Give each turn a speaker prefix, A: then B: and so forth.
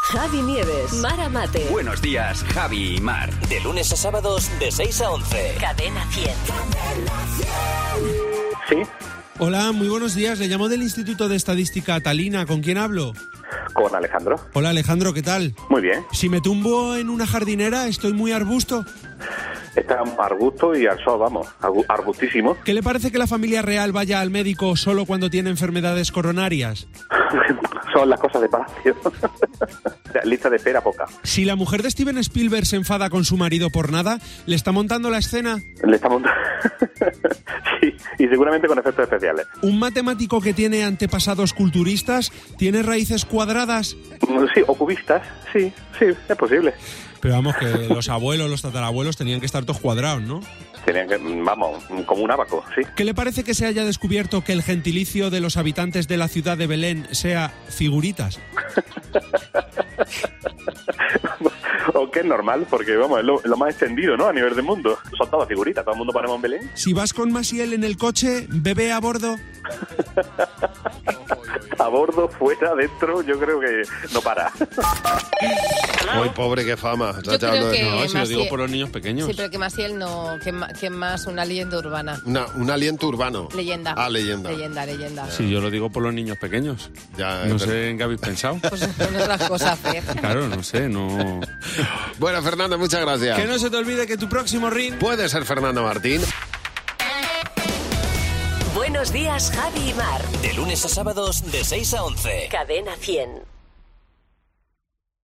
A: Javi Nieves, Mara Mate,
B: Buenos días, Javi y Mar.
C: De lunes a sábados de 6 a 11.
A: Cadena 100.
D: Sí,
E: Hola, muy buenos días. Le llamo del Instituto de Estadística Talina. ¿Con quién hablo?
D: con Alejandro.
E: Hola, Alejandro, ¿qué tal?
D: Muy bien.
E: Si me tumbo en una jardinera, estoy muy arbusto.
D: Está arbusto y al sol, vamos. arbu- Arbustísimo.
E: ¿Qué le parece que la familia real vaya al médico solo cuando tiene enfermedades coronarias?
D: Son las cosas de palacio. Lista de espera poca.
E: Si la mujer de Steven Spielberg se enfada con su marido por nada, ¿le está montando la escena?
D: Le estamos. sí, y seguramente con efectos especiales.
E: ¿Un matemático que tiene antepasados culturistas tiene raíces cuadradas?
D: Mm, Sí, o cubistas. Sí, sí, es posible.
E: Pero vamos, que los abuelos, los tatarabuelos tenían que estar todos cuadrados, ¿no?
D: Tenían que, mm, vamos, mm, como un abaco, sí.
E: ¿Qué le parece que se haya descubierto que el gentilicio de los habitantes de la ciudad de Belén sea figuritas?
D: o que es normal, porque vamos, es lo, lo más extendido, ¿no? A nivel del mundo. Son todas figuritas, todo el mundo ponemos en Belén.
E: Si vas con Masiel en el coche, bebé a bordo.
D: A bordo, fuera, dentro, yo creo que no para.
F: Muy pobre, qué fama. Está
G: Yo creo
F: echando-
G: que
F: no,
E: si lo
G: Masiel-
E: digo por los niños pequeños.
G: Sí, pero que Maciel no. Que, ma- que más una leyenda urbana.
F: una- un aliento urbano.
G: Leyenda.
F: Ah, leyenda.
G: Leyenda, leyenda.
E: Si yo lo digo por los niños pequeños.
F: Ya,
E: no
F: es verdad.
E: sé en qué habéis pensado.
G: Pues son otras cosas, Fer.
E: Claro, no sé, no.
F: Bueno, Fernando, muchas gracias.
E: Que no se te olvide que tu próximo ring.
F: Puede ser Fernando Martín.
A: Buenos días, Javi y Mar.
C: De lunes a sábados de 6 a 11.
A: Cadena 100.